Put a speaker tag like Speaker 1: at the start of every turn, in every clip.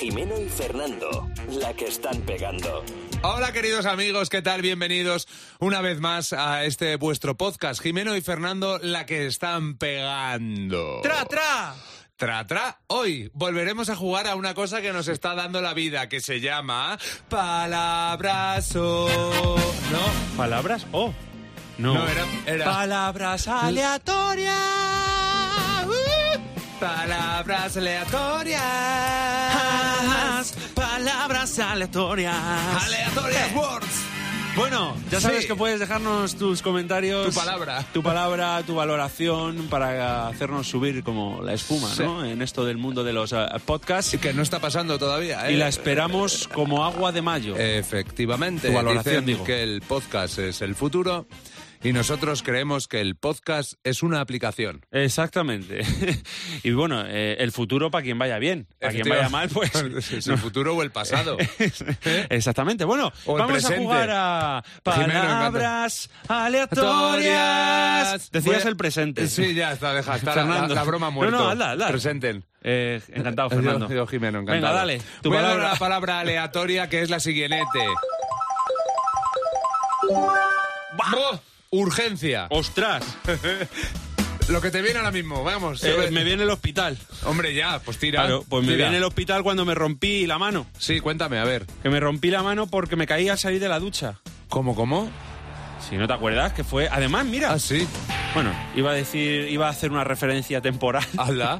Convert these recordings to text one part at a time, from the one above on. Speaker 1: Jimeno y Fernando, la que están pegando.
Speaker 2: Hola queridos amigos, ¿qué tal? Bienvenidos una vez más a este vuestro podcast. Jimeno y Fernando, la que están pegando.
Speaker 3: ¡Tra, tra!
Speaker 2: Tra, tra, hoy volveremos a jugar a una cosa que nos está dando la vida, que se llama palabrazo. No,
Speaker 4: ¿Palabras? Oh.
Speaker 2: no,
Speaker 4: No.
Speaker 2: era, era
Speaker 3: Palabras aleatorias.
Speaker 2: Uh. palabras aleatorias.
Speaker 3: Palabras aleatorias. Eh.
Speaker 2: Aleatorias words.
Speaker 4: Ah, Bueno, ya sabes
Speaker 2: Sí.
Speaker 4: que puedes dejarnos tus comentarios.
Speaker 2: Tu palabra.
Speaker 4: Tu palabra, tu valoración para hacernos subir como la espuma,
Speaker 2: Sí.
Speaker 4: ¿no? En esto del mundo de los eh, podcasts.
Speaker 2: Sí, que no está pasando todavía, ¿eh?
Speaker 4: Y la esperamos como agua de mayo.
Speaker 2: Efectivamente,
Speaker 4: Tu valoración,
Speaker 2: dicen
Speaker 4: digo.
Speaker 2: que el podcast es el futuro y nosotros creemos que el podcast es una aplicación.
Speaker 4: Exactamente. y bueno, eh, el futuro para quien vaya bien. Para quien vaya mal, pues.
Speaker 2: ¿Es el futuro o el pasado?
Speaker 4: Exactamente. Bueno,
Speaker 2: O el
Speaker 4: vamos a
Speaker 2: presente. Pues
Speaker 4: jugar a
Speaker 2: Jimeno, me encanta.
Speaker 4: palabras aleatorias. Decías el presente.
Speaker 2: Sí, ya está, deja estar.
Speaker 4: Fernando.
Speaker 2: La, la broma ha
Speaker 4: No,
Speaker 2: muerto.
Speaker 4: no, hazla, hazla.
Speaker 2: Presenten.
Speaker 4: Eh, encantado,
Speaker 2: Yo-
Speaker 4: Fernando.
Speaker 2: Yo, Jimeno, encantado.
Speaker 4: Venga, dale. Tu
Speaker 2: Voy a dar
Speaker 4: palabra.
Speaker 2: una palabra aleatoria que es la siguiente. Buah, Urgencia.
Speaker 4: ¡Ostras!
Speaker 2: Lo que te viene ahora mismo, vamos.
Speaker 4: Eh, me viene el hospital.
Speaker 2: Hombre, ya, pues tira.
Speaker 4: Claro, pues me
Speaker 2: tira.
Speaker 4: viene el hospital cuando me rompí la mano.
Speaker 2: Sí, cuéntame, a ver.
Speaker 4: Que me rompí la mano porque me caí al salir de la ducha.
Speaker 2: ¿Cómo, cómo?
Speaker 4: Si no te acuerdas, que fue. Además, mira.
Speaker 2: Ah, sí.
Speaker 4: Bueno, iba a decir, iba a hacer una referencia temporal.
Speaker 2: Hazla.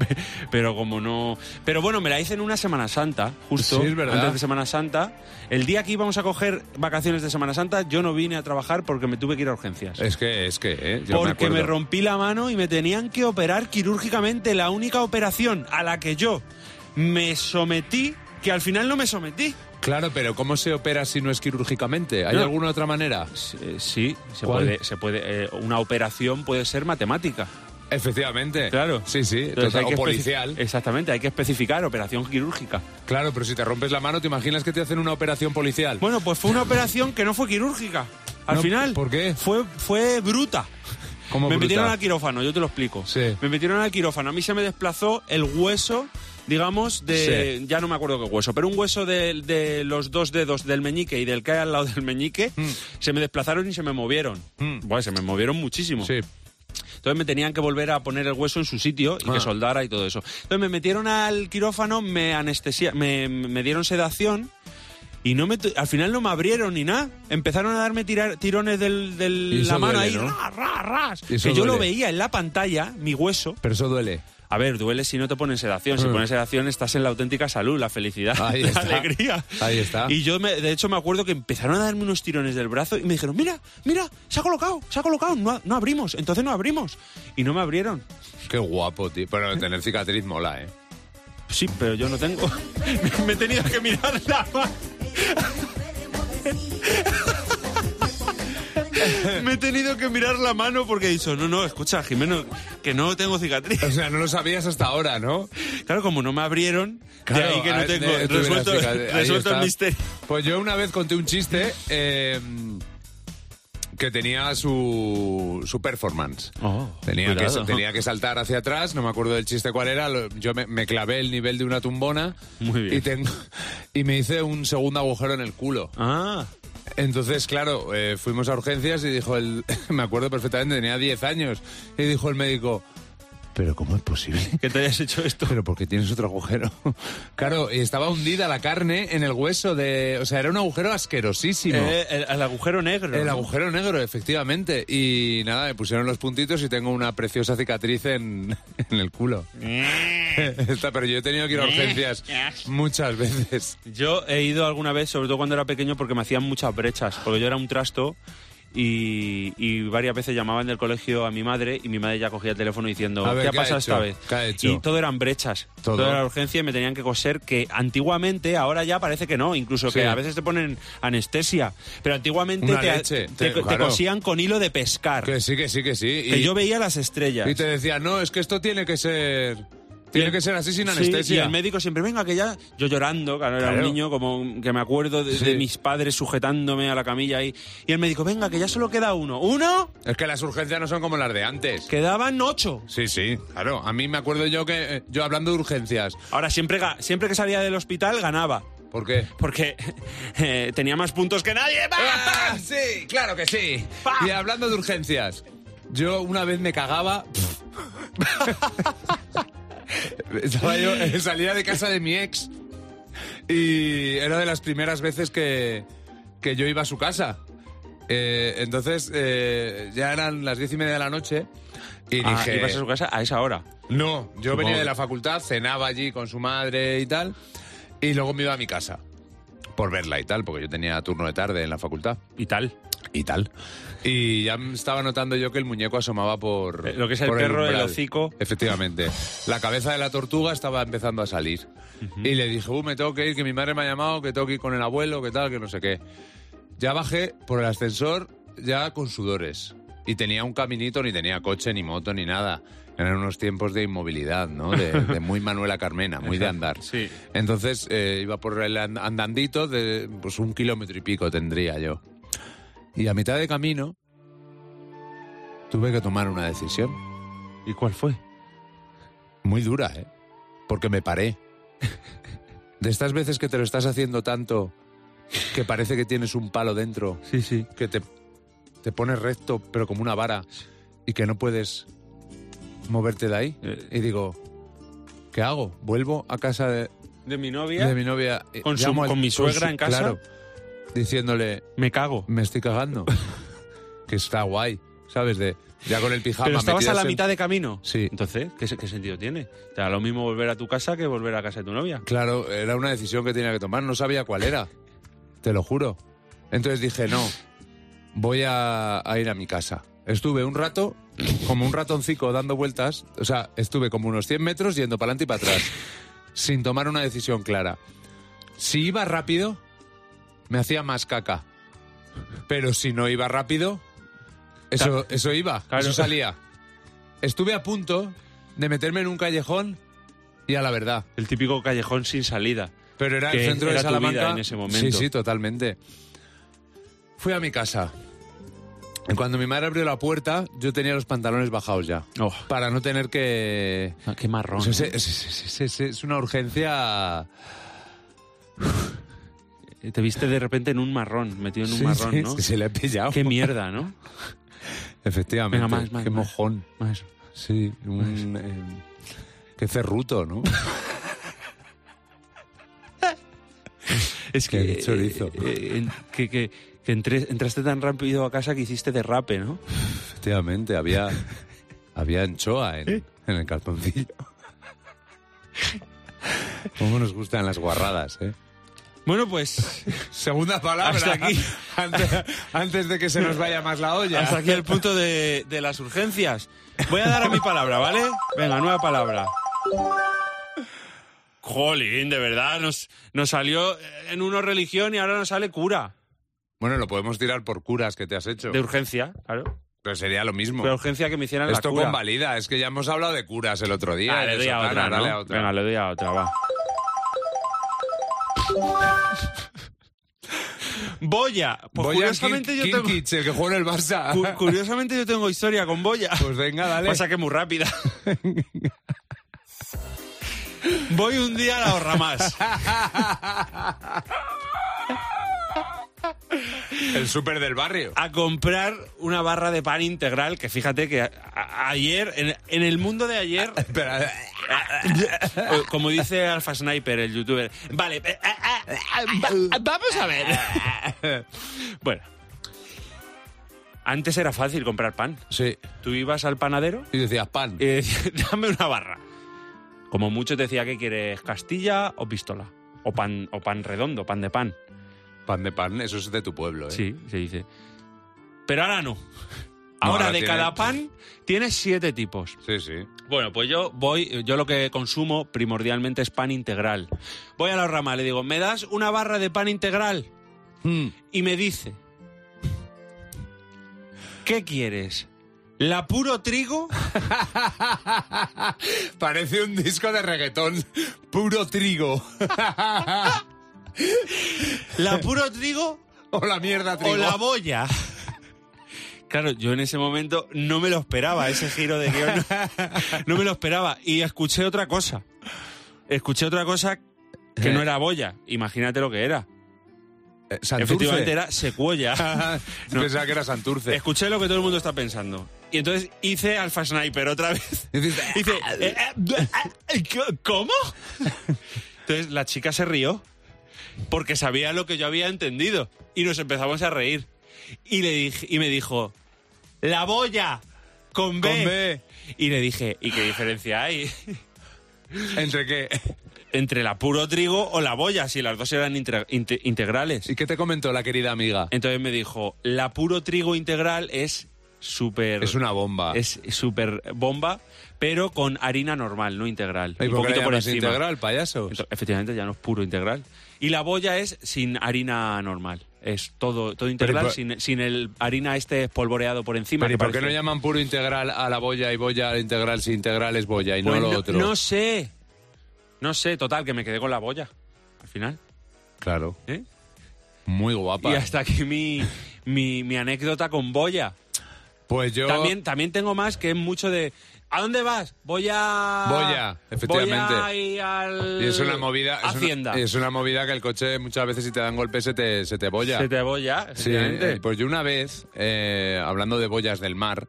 Speaker 4: Pero como no. Pero bueno, me la hice en una Semana Santa, justo.
Speaker 2: Sí, es verdad.
Speaker 4: Antes de Semana Santa. El día que íbamos a coger vacaciones de Semana Santa, yo no vine a trabajar porque me tuve que ir a urgencias.
Speaker 2: Es que, es que, ¿eh? Yo
Speaker 4: porque me,
Speaker 2: acuerdo.
Speaker 4: rompí la mano y me tenían que operar quirúrgicamente. La única operación a la que yo me sometí, que al final no me sometí.
Speaker 2: Claro, pero ¿cómo se opera si no es quirúrgicamente? ¿Hay
Speaker 4: No.
Speaker 2: alguna otra manera?
Speaker 4: Sí, se
Speaker 2: ¿Cuál?
Speaker 4: puede, se puede. eh, una operación puede ser matemática.
Speaker 2: Efectivamente.
Speaker 4: Claro.
Speaker 2: Sí, sí.
Speaker 4: Entonces
Speaker 2: total,
Speaker 4: hay que
Speaker 2: o
Speaker 4: especi-
Speaker 2: policial.
Speaker 4: Exactamente, hay que especificar operación quirúrgica.
Speaker 2: Claro, pero si te rompes la mano, ¿te imaginas que te hacen una operación policial?
Speaker 4: Bueno, pues fue una operación que no fue quirúrgica. Al
Speaker 2: No,
Speaker 4: final.
Speaker 2: ¿por qué?
Speaker 4: Fue, fue bruta.
Speaker 2: ¿Cómo
Speaker 4: me
Speaker 2: bruta?
Speaker 4: metieron al quirófano, yo te lo explico.
Speaker 2: Sí.
Speaker 4: Me metieron al quirófano. A mí se me desplazó el hueso, digamos, de. Ya no me acuerdo qué hueso, pero un hueso de, de los dos dedos del meñique y del que hay al lado del meñique, se me desplazaron y se me movieron.
Speaker 2: Mm.
Speaker 4: Bueno, se me movieron muchísimo.
Speaker 2: Sí.
Speaker 4: Entonces me tenían que volver a poner el hueso en su sitio y
Speaker 2: Ah.
Speaker 4: que soldara y todo eso. Entonces me metieron al quirófano, me anestesia, me, me dieron sedación y no me tu- al final no me abrieron ni nada. Empezaron a darme tirar, tirones del, del-
Speaker 2: Y eso
Speaker 4: la mano
Speaker 2: duele,
Speaker 4: ahí,
Speaker 2: ¿no?
Speaker 4: ras, ras, ras.
Speaker 2: Y
Speaker 4: Que
Speaker 2: eso
Speaker 4: yo lo
Speaker 2: duele.
Speaker 4: veía en la pantalla, mi hueso.
Speaker 2: Pero eso duele.
Speaker 4: A ver, duele si no te ponen sedación. Si
Speaker 2: Mm.
Speaker 4: pones sedación estás en la auténtica salud, la felicidad,
Speaker 2: Ahí
Speaker 4: la
Speaker 2: está.
Speaker 4: alegría.
Speaker 2: Ahí está.
Speaker 4: Y yo, me- de hecho, me acuerdo que empezaron a darme unos tirones del brazo y me dijeron, mira, mira, se ha colocado, se ha colocado, no, a- no abrimos, entonces no abrimos. Y no me abrieron.
Speaker 2: Qué guapo, tío. Pero tener cicatriz mola, ¿eh?
Speaker 4: Sí, pero yo no tengo. Me- me he tenido que mirar la mano. Me he tenido que mirar la mano porque he dicho, no, no, escucha, Jimeno, que no tengo cicatriz.
Speaker 2: O sea, no lo sabías hasta ahora, ¿no?
Speaker 4: Claro, como no me abrieron,
Speaker 2: Claro,
Speaker 4: de ahí que
Speaker 2: ah,
Speaker 4: no tengo
Speaker 2: eh, tú verás,
Speaker 4: resuelto,
Speaker 2: fíjate, ahí
Speaker 4: resuelto el
Speaker 2: está.
Speaker 4: misterio.
Speaker 2: Pues yo una vez conté un chiste eh, que tenía su, su performance.
Speaker 4: Oh,
Speaker 2: tenía, que,
Speaker 4: cuidado.
Speaker 2: tenía que saltar hacia atrás, no me acuerdo del chiste cuál era, lo- yo me, me clavé el nivel de una tumbona
Speaker 4: Muy bien.
Speaker 2: Y, tengo- y me hice un segundo agujero en el culo.
Speaker 4: Ah,
Speaker 2: Entonces, claro, eh, fuimos a urgencias y dijo el, me acuerdo perfectamente, tenía 10 años, y dijo el médico, pero ¿cómo es posible?
Speaker 4: que te hayas hecho esto.
Speaker 2: Pero porque tienes otro agujero. Claro, y estaba hundida la carne en el hueso de... O sea, era un agujero asquerosísimo.
Speaker 4: Eh, el, el agujero negro.
Speaker 2: el
Speaker 4: ¿no?
Speaker 2: agujero negro, efectivamente. Y nada, me pusieron los puntitos y tengo una preciosa cicatriz en, en el culo.
Speaker 4: Mm.
Speaker 2: Esta, pero yo he tenido que ir a urgencias muchas veces.
Speaker 4: Yo he ido alguna vez, sobre todo cuando era pequeño, porque me hacían muchas brechas, porque yo era un trasto y, y varias veces llamaban del colegio a mi madre y mi madre ya cogía el teléfono diciendo,
Speaker 2: A ver,
Speaker 4: ¿qué ha
Speaker 2: ¿qué ha
Speaker 4: pasado
Speaker 2: hecho?
Speaker 4: esta vez?
Speaker 2: ¿Qué ha hecho?
Speaker 4: Y todo eran brechas,
Speaker 2: Todo.
Speaker 4: todo, era urgencia y me tenían que coser, que antiguamente, ahora ya parece que no, incluso
Speaker 2: Sí.
Speaker 4: que a veces te ponen anestesia, pero antiguamente
Speaker 2: Una
Speaker 4: te,
Speaker 2: leche,
Speaker 4: te-
Speaker 2: te-
Speaker 4: te
Speaker 2: claro.
Speaker 4: cosían con hilo de pescar,
Speaker 2: Que sí, que sí, que sí.
Speaker 4: que yo veía las estrellas.
Speaker 2: Y te decía, no, es que esto tiene que ser. Tiene Tiene que ser así sin
Speaker 4: Sí, Y
Speaker 2: anestesia.
Speaker 4: el médico siempre, venga, que ya. Yo llorando, claro, era
Speaker 2: Claro.
Speaker 4: un niño, como que me acuerdo de,
Speaker 2: Sí.
Speaker 4: de mis padres sujetándome a la camilla ahí. Y el médico, venga, que ya solo queda uno. ¿Uno?
Speaker 2: Es que las urgencias no son como las de antes.
Speaker 4: Quedaban ocho.
Speaker 2: Sí, sí, claro. A mí me acuerdo yo que eh, yo hablando de urgencias.
Speaker 4: Ahora, siempre, ga- siempre que salía del hospital, ganaba.
Speaker 2: ¿Por qué?
Speaker 4: Porque eh, tenía más puntos que nadie. ¡Pam, pam!
Speaker 2: ¡Ah, sí, claro que sí.
Speaker 4: ¡Pam!
Speaker 2: Y hablando de urgencias, yo una vez me cagaba. Estaba yo, eh, salía de casa de mi ex y era de las primeras veces que, que yo iba a su casa. Eh, entonces eh, ya eran las diez y media de la noche y
Speaker 4: Ah,
Speaker 2: dije,
Speaker 4: ibas a su casa a esa hora.
Speaker 2: no, yo
Speaker 4: Supongo
Speaker 2: venía de
Speaker 4: que-
Speaker 2: la facultad, cenaba allí con su madre y tal, y luego me iba a mi casa por verla y tal, porque yo tenía turno de tarde en la facultad
Speaker 4: Y tal.
Speaker 2: y tal. Y ya me estaba notando yo que el muñeco asomaba por...
Speaker 4: Eh, lo que es el
Speaker 2: por
Speaker 4: perro, el
Speaker 2: umbral.
Speaker 4: hocico.
Speaker 2: Efectivamente. La cabeza de la tortuga estaba empezando a salir. Y le dije, uh, me tengo que ir, que mi madre me ha llamado, que tengo que ir con el abuelo, que tal, que no sé qué. Ya bajé por el ascensor ya con sudores. Y tenía un caminito, ni tenía coche, ni moto, ni nada. Eran unos tiempos de inmovilidad, ¿no? De, de muy Manuela Carmena, muy de andar.
Speaker 4: Sí.
Speaker 2: Entonces eh, iba por el and- andandito de pues un kilómetro y pico tendría yo. Y a mitad de camino tuve que tomar una decisión.
Speaker 4: ¿Y cuál fue?
Speaker 2: Muy dura, ¿eh? Porque me paré. De estas veces que te lo estás haciendo tanto que parece que tienes un palo dentro,
Speaker 4: Sí, sí.
Speaker 2: que te, te pones recto, pero como una vara, y que no puedes moverte de ahí.
Speaker 4: Eh.
Speaker 2: Y digo, ¿qué hago? ¿Vuelvo a casa de,
Speaker 4: De mi novia.
Speaker 2: de mi novia? eh,
Speaker 4: ¿Con su-
Speaker 2: llamo
Speaker 4: con mi suegra en casa?
Speaker 2: Claro, diciéndole,
Speaker 4: Me cago.
Speaker 2: me estoy cagando. que está guay, ¿sabes? De, ya con el pijama.
Speaker 4: Pero estabas a
Speaker 2: metidas
Speaker 4: la
Speaker 2: en-
Speaker 4: mitad de camino.
Speaker 2: Sí.
Speaker 4: Entonces, ¿qué, se- qué sentido tiene? Te da lo mismo volver a tu casa que volver a casa de tu novia.
Speaker 2: Claro, era una decisión que tenía que tomar, no sabía cuál era, te lo juro. Entonces dije, no, voy a, a ir a mi casa. Estuve un rato, como un ratoncico dando vueltas, o sea, estuve como unos 100 metros yendo para adelante y para atrás, sin tomar una decisión clara. Si iba rápido, me hacía más caca. Pero si no iba rápido, eso, eso iba,
Speaker 4: Claro.
Speaker 2: eso salía. Estuve a punto de meterme en un callejón y a la verdad.
Speaker 4: El típico callejón sin salida.
Speaker 2: Pero era
Speaker 4: que
Speaker 2: el centro
Speaker 4: era
Speaker 2: de
Speaker 4: tu
Speaker 2: Salamanca.
Speaker 4: vida en ese momento.
Speaker 2: Sí, sí, totalmente. Fui a mi casa. Y Cuando mi madre abrió la puerta, yo tenía los pantalones bajados ya.
Speaker 4: Oh.
Speaker 2: Para no tener que.
Speaker 4: Ah, Qué marrón.
Speaker 2: Es, eh, es- es- es- es- es una urgencia.
Speaker 4: ¿eh? Te viste de repente en un marrón, metido en un
Speaker 2: Sí,
Speaker 4: marrón,
Speaker 2: sí,
Speaker 4: ¿no?
Speaker 2: sí, se le he pillado.
Speaker 4: Qué mierda, ¿no?
Speaker 2: Efectivamente.
Speaker 4: Venga, más, más,
Speaker 2: Qué
Speaker 4: más. Mm.
Speaker 2: mojón.
Speaker 4: Más.
Speaker 2: Sí, un. eh, qué cerruto, ¿no?
Speaker 4: Es que.
Speaker 2: Qué chorizo.
Speaker 4: eh, eh, en- que que- que entré- entraste tan rápido a casa que hiciste derrape, ¿no?
Speaker 2: Efectivamente, había. Había anchoa
Speaker 4: ¿Eh?
Speaker 2: en, en el calzoncillo. ¿Cómo nos gustan las guarradas, eh?
Speaker 4: Bueno, pues.
Speaker 2: Segunda palabra
Speaker 4: Hasta aquí.
Speaker 2: Antes, antes de que se nos vaya más la olla.
Speaker 4: Hasta aquí el punto de, de las urgencias. Voy a dar a mi palabra, ¿vale? Venga, nueva palabra. Jolín, de verdad, nos, nos salió en uno religión y ahora nos sale cura.
Speaker 2: Bueno, lo podemos tirar por curas que te has hecho.
Speaker 4: De urgencia, claro.
Speaker 2: Pero sería lo mismo.
Speaker 4: Pero urgencia que me hicieran
Speaker 2: Esto
Speaker 4: la cura.
Speaker 2: convalida. Es que ya hemos hablado de curas el otro día.
Speaker 4: Ah,
Speaker 2: de
Speaker 4: le doy a
Speaker 2: Sotana,
Speaker 4: otra, ¿no?
Speaker 2: dale a otra.
Speaker 4: Venga, le doy a otra, va. Boya. Pues
Speaker 2: Voy a
Speaker 4: curiosamente,
Speaker 2: Kir-
Speaker 4: yo tengo,
Speaker 2: Kirkic, el que juega en el Barça.
Speaker 4: cu- curiosamente yo tengo historia con Boya.
Speaker 2: Pues venga, dale.
Speaker 4: Pasa que muy rápida. Voy un día a la ahorra más.
Speaker 2: El súper del barrio.
Speaker 4: a comprar una barra de pan integral que fíjate que a- a- ayer, en, en el mundo de ayer,
Speaker 2: Pero,
Speaker 4: eh, como dice Alfa Sniper, el youtuber, vale, eh, ah, ah, ah, va- vamos a ver. Bueno, antes era fácil comprar pan.
Speaker 2: sí.
Speaker 4: Tú ibas al panadero
Speaker 2: Y decías pan.
Speaker 4: y decías, dame una barra. Como mucho te decía que quieres Castilla o pistola. O pan, o pan redondo, pan de pan.
Speaker 2: Pan de pan, eso es de tu pueblo, ¿eh?
Speaker 4: Sí, se dice. Pero ahora no.
Speaker 2: ahora
Speaker 4: Ahora, de
Speaker 2: tiene-
Speaker 4: cada pan tienes siete tipos.
Speaker 2: Sí, sí.
Speaker 4: Bueno, pues yo voy, yo lo que consumo primordialmente es pan integral. Voy a la rama, le digo, ¿me das una barra de pan integral? Hmm. Y me dice, ¿qué quieres? La puro trigo.
Speaker 2: Parece un disco de reggaetón. Puro trigo.
Speaker 4: La puro trigo
Speaker 2: o la mierda trigo.
Speaker 4: o la boya. Claro, yo en ese momento no me lo esperaba, ese giro de guión. No, me lo esperaba. Y escuché otra cosa. Escuché otra cosa que no era boya. Imagínate lo que era.
Speaker 2: Eh, Santurce.
Speaker 4: Efectivamente era secuoya. No.
Speaker 2: Pensaba que era Santurce.
Speaker 4: Escuché lo que todo el mundo está pensando. Y entonces hice Alpha Sniper otra vez.
Speaker 2: Dices,
Speaker 4: Dice, eh, eh, eh, ¿cómo? Entonces la chica se rió porque sabía lo que yo había entendido y nos empezamos a reír. Y, le dije, y me dijo, la boya con B.
Speaker 2: Con B.
Speaker 4: Y le dije, ¿y qué diferencia hay
Speaker 2: ¿Entre qué?
Speaker 4: entre la puro trigo o la boya? Si las dos eran integra- inte- integrales.
Speaker 2: ¿Y qué te comentó la querida amiga?
Speaker 4: Entonces me dijo, la puro trigo integral es súper...
Speaker 2: Es una bomba.
Speaker 4: Es súper bomba, pero con harina normal, no integral.
Speaker 2: ¿Y por
Speaker 4: Un
Speaker 2: qué
Speaker 4: poquito
Speaker 2: la
Speaker 4: por
Speaker 2: llamas
Speaker 4: encima.
Speaker 2: integral, payaso?
Speaker 4: Ento- efectivamente, ya no es puro integral. Y la boya es sin harina normal. Es todo, todo integral,
Speaker 2: por-
Speaker 4: sin, sin el harina este espolvoreado por encima.
Speaker 2: Pero ¿y
Speaker 4: que
Speaker 2: por qué no
Speaker 4: parece-
Speaker 2: llaman puro integral a la boya y boya al integral si integral es boya y
Speaker 4: Pues
Speaker 2: no lo otro?
Speaker 4: no sé. No sé, total, que me quedé con la boya. Al final.
Speaker 2: Claro.
Speaker 4: ¿eh?
Speaker 2: Muy guapa.
Speaker 4: Y hasta aquí mi, mi, mi anécdota con boya.
Speaker 2: Pues yo...
Speaker 4: También, también tengo más que es mucho de. ¿A dónde vas? Voy a.
Speaker 2: Boya, efectivamente.
Speaker 4: Voy a ir al.
Speaker 2: Y es una movida... es una-
Speaker 4: Hacienda.
Speaker 2: Es una, movida que el coche muchas veces si te dan golpes se te, se te boya.
Speaker 4: Se te boya,
Speaker 2: Sí,
Speaker 4: efectivamente.
Speaker 2: eh, pues yo una vez, eh, hablando de boyas del mar,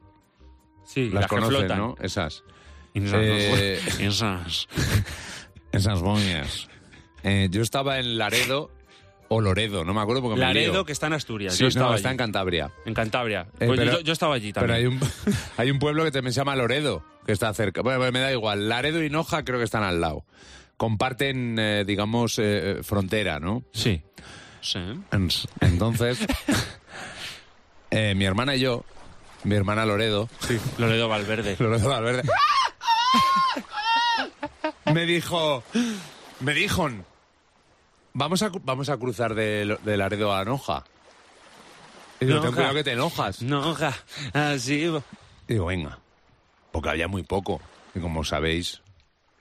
Speaker 4: Sí,
Speaker 2: pues, las
Speaker 4: que
Speaker 2: conoces,
Speaker 4: flotan.
Speaker 2: ¿no? Esas.
Speaker 4: Esas,
Speaker 2: Eh,
Speaker 4: esas.
Speaker 2: Esas boyas. Eh, yo estaba en Laredo o Loredo, no me acuerdo porque me lío.
Speaker 4: Laredo, que está en Asturias.
Speaker 2: Sí,
Speaker 4: yo
Speaker 2: no,
Speaker 4: estaba
Speaker 2: está en
Speaker 4: allí.
Speaker 2: Cantabria.
Speaker 4: en Cantabria.
Speaker 2: Eh,
Speaker 4: Pues
Speaker 2: pero-
Speaker 4: yo, yo estaba allí
Speaker 2: Pero hay
Speaker 4: también.
Speaker 2: un, hay un pueblo que también se llama Loredo, que está cerca. Bueno, me da igual. Laredo y Noja creo que están al lado. Comparten, eh, digamos, eh, frontera, ¿no?
Speaker 4: Sí. Sí.
Speaker 2: En- Entonces, eh, mi hermana y yo, mi hermana Loredo,
Speaker 4: Loredo Valverde.
Speaker 2: Lorenzo Valverde. me dijo. Me dijo. Vamos a, cu- vamos a cruzar de, Lo- de Laredo a Noja. Y digo, ten
Speaker 4: Noja.
Speaker 2: cuidado que te enojas.
Speaker 4: No, ja. Así.
Speaker 2: Y digo, venga. Porque había muy poco. Y como sabéis,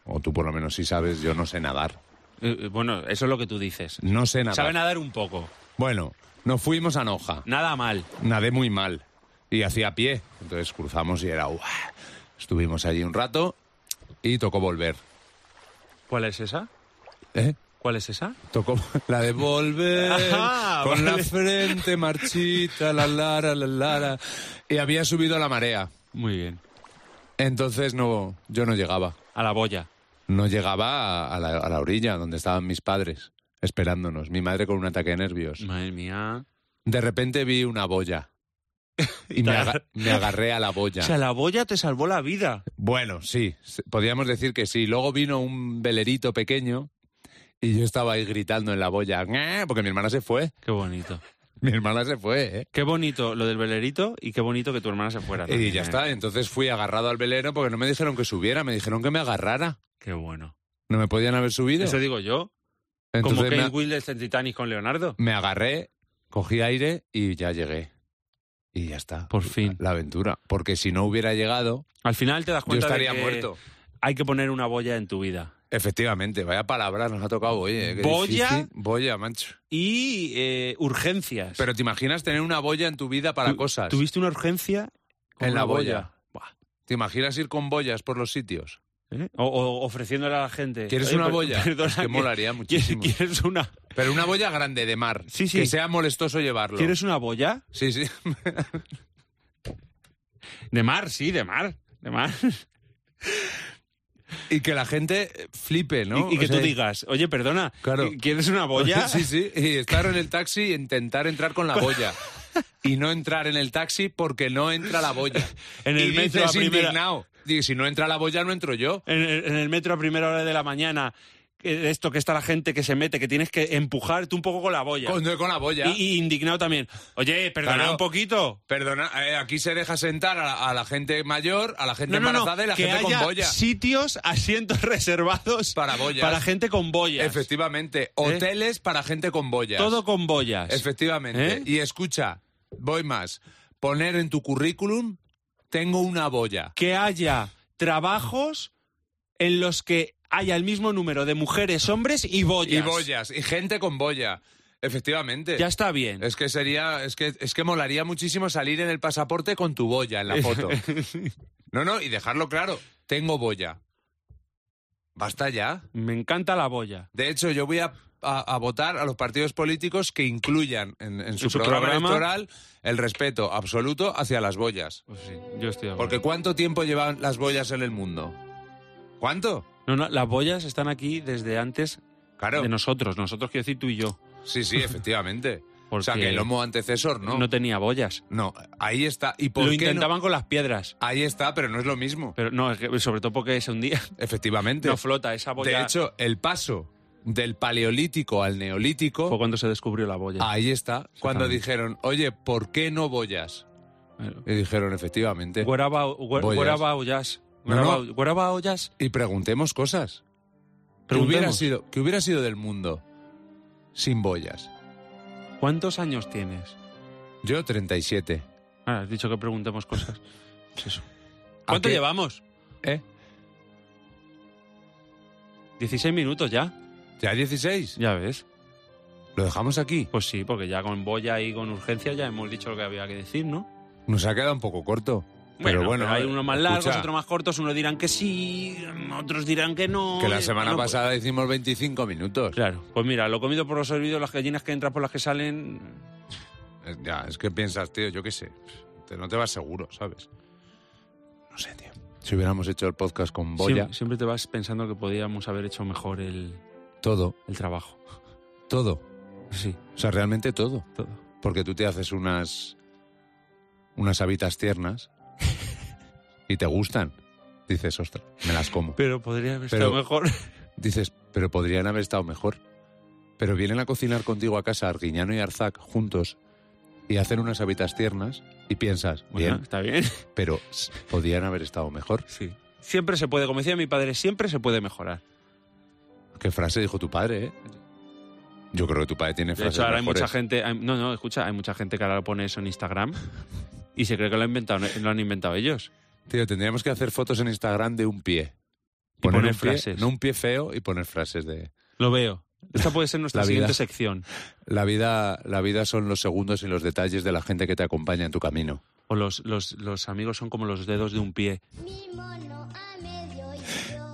Speaker 2: o tú por lo menos sí sabes, yo no sé nadar.
Speaker 4: Eh, Bueno, eso es lo que tú dices.
Speaker 2: No sé nadar.
Speaker 4: Sabe nadar un poco.
Speaker 2: Bueno, nos fuimos a Noja.
Speaker 4: Nada mal.
Speaker 2: nadé muy mal y hacía pie. Entonces cruzamos y era. ¡guau! Estuvimos allí un rato y tocó volver.
Speaker 4: ¿Cuál es esa?
Speaker 2: ¿Eh?
Speaker 4: ¿Cuál es esa?
Speaker 2: Tocó la de volver
Speaker 4: Ajá,
Speaker 2: con
Speaker 4: vale.
Speaker 2: la frente marchita, la lara, la lara. Y había subido la marea.
Speaker 4: Muy bien.
Speaker 2: Entonces no, yo no llegaba.
Speaker 4: A la boya.
Speaker 2: No llegaba a, a la, a la orilla donde estaban mis padres esperándonos. Mi madre con un ataque de nervios.
Speaker 4: Madre mía.
Speaker 2: De repente vi una boya. Y me, aga- me agarré a la boya.
Speaker 4: O sea, la boya te salvó la vida.
Speaker 2: Bueno, sí, se- podríamos decir que sí. Luego vino un velerito pequeño y yo estaba ahí gritando en la boya, "Ñe", porque mi hermana se fue.
Speaker 4: Qué bonito.
Speaker 2: Mi hermana se fue, ¿eh?
Speaker 4: Qué bonito lo del velerito y qué bonito que tu hermana se fuera.
Speaker 2: Y
Speaker 4: también,
Speaker 2: ya
Speaker 4: ¿eh?
Speaker 2: está, entonces fui agarrado al velero porque no me dijeron que subiera, me dijeron que me agarrara.
Speaker 4: Qué bueno.
Speaker 2: No me podían haber subido.
Speaker 4: Eso digo yo. Como
Speaker 2: Entonces
Speaker 4: Kate
Speaker 2: me,
Speaker 4: Winslet en Titanic con Leonardo.
Speaker 2: me agarré, cogí aire y ya llegué. Y ya está.
Speaker 4: Por fin.
Speaker 2: La aventura. Porque si no hubiera llegado,
Speaker 4: Al final te das
Speaker 2: yo
Speaker 4: cuenta de
Speaker 2: estaría
Speaker 4: que
Speaker 2: muerto.
Speaker 4: hay que poner una boya en tu vida.
Speaker 2: Efectivamente, vaya palabra nos ha tocado hoy. ¿eh? Qué
Speaker 4: ¿Boya?
Speaker 2: difícil. Boya, mancho.
Speaker 4: Y eh, urgencias.
Speaker 2: Pero te imaginas tener una boya en tu vida para
Speaker 4: Tu-
Speaker 2: cosas.
Speaker 4: ¿Tuviste una urgencia? con
Speaker 2: En la
Speaker 4: una
Speaker 2: boya. ¿Te imaginas ir con boyas por los sitios?
Speaker 4: Buah. ¿Eh? O, o ofreciéndole a la gente.
Speaker 2: ¿Quieres
Speaker 4: "Oye,
Speaker 2: una
Speaker 4: per-
Speaker 2: boya?
Speaker 4: perdona,
Speaker 2: Es que
Speaker 4: ¿qué-
Speaker 2: molaría muchísimo.
Speaker 4: ¿Quieres, quieres una,
Speaker 2: Pero una boya grande de mar.
Speaker 4: Sí, sí.
Speaker 2: Que sea molestoso llevarlo.
Speaker 4: ¿Quieres una boya?
Speaker 2: Sí, sí.
Speaker 4: De mar, sí, de mar. De mar.
Speaker 2: y que la gente eh, flipe, ¿no?
Speaker 4: Y, y
Speaker 2: O
Speaker 4: que
Speaker 2: sea,
Speaker 4: tú digas, oye, perdona,
Speaker 2: Claro.
Speaker 4: ¿quieres una boya?
Speaker 2: Sí, sí. Y estar en el taxi e intentar entrar con la boya. Y no entrar en el taxi porque no entra la boya.
Speaker 4: En el
Speaker 2: y
Speaker 4: metro
Speaker 2: dices
Speaker 4: a primera-
Speaker 2: indignado. Digo, si no entra la boya, no entro yo.
Speaker 4: en el, en el metro a primera hora de la mañana, que esto que está la gente que se mete, que tienes que empujar tú un poco con la boya.
Speaker 2: Con, con la boya.
Speaker 4: Y, y indignado también. Oye, perdona
Speaker 2: Claro.
Speaker 4: un poquito.
Speaker 2: Perdona, eh, aquí se deja sentar a la, a la gente mayor, a la gente
Speaker 4: No, no, no,
Speaker 2: embarazada y la
Speaker 4: que
Speaker 2: gente
Speaker 4: haya
Speaker 2: con boya.
Speaker 4: sitios, asientos reservados
Speaker 2: Para boyas.
Speaker 4: para gente con boyas.
Speaker 2: Efectivamente, hoteles para gente con boyas.
Speaker 4: ¿Eh? Todo con boyas.
Speaker 2: Efectivamente.
Speaker 4: ¿Eh?
Speaker 2: Y escucha, voy más. Poner en tu currículum Tengo una boya.
Speaker 4: que haya trabajos en los que haya el mismo número de mujeres, hombres y
Speaker 2: Y
Speaker 4: boyas.
Speaker 2: boyas. Y gente con boya. Efectivamente.
Speaker 4: Ya está bien.
Speaker 2: Es que sería, es que, es que molaría muchísimo salir en el pasaporte con tu boya en la foto. No, no, y dejarlo claro, tengo boya. Basta ya.
Speaker 4: Me encanta la boya.
Speaker 2: De hecho, yo voy a, a- a votar a los partidos políticos que incluyan en, en su,
Speaker 4: su
Speaker 2: programa,
Speaker 4: programa.
Speaker 2: electoral el respeto absoluto hacia las boyas.
Speaker 4: Pues sí, yo estoy de acuerdo.
Speaker 2: Porque ¿cuánto tiempo llevan las boyas en el mundo? ¿Cuánto?
Speaker 4: No, no, las boyas están aquí desde antes
Speaker 2: Claro.
Speaker 4: de nosotros. Nosotros, quiero decir, tú y yo.
Speaker 2: Sí, sí, efectivamente. O sea,
Speaker 4: Porque
Speaker 2: que el homo antecesor, ¿no?
Speaker 4: No, tenía boyas.
Speaker 2: No, ahí está. ¿Y por
Speaker 4: Lo
Speaker 2: qué no?
Speaker 4: intentaban con las piedras.
Speaker 2: Ahí está, pero no es lo mismo.
Speaker 4: Pero no, es que- sobre todo porque ese un día
Speaker 2: Efectivamente.
Speaker 4: no flota. Esa boya
Speaker 2: de hecho, el paso del paleolítico al neolítico,
Speaker 4: fue cuando se descubrió la boya.
Speaker 2: ahí está. Cuando dijeron, oye, ¿por qué no boyas? Y dijeron, efectivamente.
Speaker 4: Eh, Guaraba
Speaker 2: Boyas.
Speaker 4: ollas.
Speaker 2: No, no.
Speaker 4: Guaraba ollas.
Speaker 2: Y preguntemos cosas. ¿Qué
Speaker 4: Preguntemos.
Speaker 2: hubiera, sido, ¿Qué hubiera sido del mundo sin boyas?
Speaker 4: ¿Cuántos años tienes?
Speaker 2: Yo, 37.
Speaker 4: Ah, has dicho que preguntemos cosas. Eso. ¿Cuánto
Speaker 2: qué?
Speaker 4: llevamos?
Speaker 2: ¿Eh?
Speaker 4: 16 minutos ya.
Speaker 2: ¿Ya 16?
Speaker 4: Ya ves.
Speaker 2: ¿Lo dejamos aquí?
Speaker 4: Pues sí, porque ya con boya y con urgencia ya hemos dicho lo que había que decir, ¿no?
Speaker 2: Nos ha quedado un poco corto.
Speaker 4: Bueno,
Speaker 2: pero bueno, eh,
Speaker 4: hay unos más largos,
Speaker 2: escucha,
Speaker 4: otros más cortos, unos dirán que sí, otros dirán que no.
Speaker 2: Que la
Speaker 4: Eh,
Speaker 2: semana
Speaker 4: bueno, pues-
Speaker 2: pasada hicimos 25 minutos.
Speaker 4: claro, pues mira, lo comido por los servidos, las gallinas que entran por las que salen.
Speaker 2: Eh, Ya, es que piensas, tío, yo qué sé. te- no te vas seguro, ¿sabes? No sé, tío. Si hubiéramos hecho el podcast con Boya,
Speaker 4: Siempre, siempre te vas pensando que podíamos haber hecho mejor el,
Speaker 2: todo,
Speaker 4: el trabajo.
Speaker 2: todo.
Speaker 4: Sí,
Speaker 2: O sea, realmente todo.
Speaker 4: todo.
Speaker 2: Porque tú te haces unas. unas habitas tiernas y te gustan. Dices, ostras, me las como.
Speaker 4: Pero podría haber
Speaker 2: Pero-
Speaker 4: estado mejor.
Speaker 2: Dices, pero podrían haber estado mejor. Pero vienen a cocinar contigo a casa Arguiñano y Arzac juntos y hacen unas habitas tiernas y piensas,
Speaker 4: Bueno,
Speaker 2: bien,
Speaker 4: está bien.
Speaker 2: pero s- podían haber estado mejor.
Speaker 4: Sí. Siempre se puede, como decía mi padre, siempre se puede mejorar.
Speaker 2: ¿Qué frase dijo tu padre, eh? Yo creo que tu padre tiene
Speaker 4: De
Speaker 2: frases
Speaker 4: hecho, ahora hay
Speaker 2: mejores.
Speaker 4: mucha gente. hay- no, no, escucha, hay mucha gente que ahora pone eso en Instagram y se cree que lo, han inventado, no, lo han inventado ellos.
Speaker 2: Tío, tendríamos que hacer fotos en Instagram de un pie.
Speaker 4: Y poner
Speaker 2: un pie-
Speaker 4: frases.
Speaker 2: no un pie feo y poner frases de...
Speaker 4: Lo veo. Esta puede ser nuestra
Speaker 2: La vida.
Speaker 4: siguiente sección.
Speaker 2: La vida, la vida son los segundos y los detalles de la gente que te acompaña en tu camino.
Speaker 4: O los, los, los amigos son como los dedos de un pie.
Speaker 5: Mi mono a medio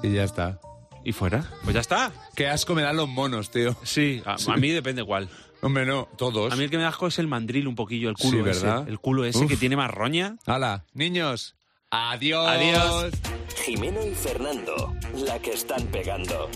Speaker 2: Y ya está.
Speaker 4: ¿Y fuera? Pues ya está.
Speaker 2: Qué asco me dan los monos, tío.
Speaker 4: Sí, a, a mí depende igual.
Speaker 2: Hombre, no, todos.
Speaker 4: A mí el que me da asco es el mandril un poquillo, el
Speaker 2: Pues Sí,
Speaker 4: culo
Speaker 2: ¿verdad?
Speaker 4: ese. El culo ese
Speaker 2: Uf.
Speaker 4: que tiene más roña.
Speaker 2: Hala, niños. Adiós.
Speaker 4: Adiós.
Speaker 1: Jimeno y Fernando, la que están pegando.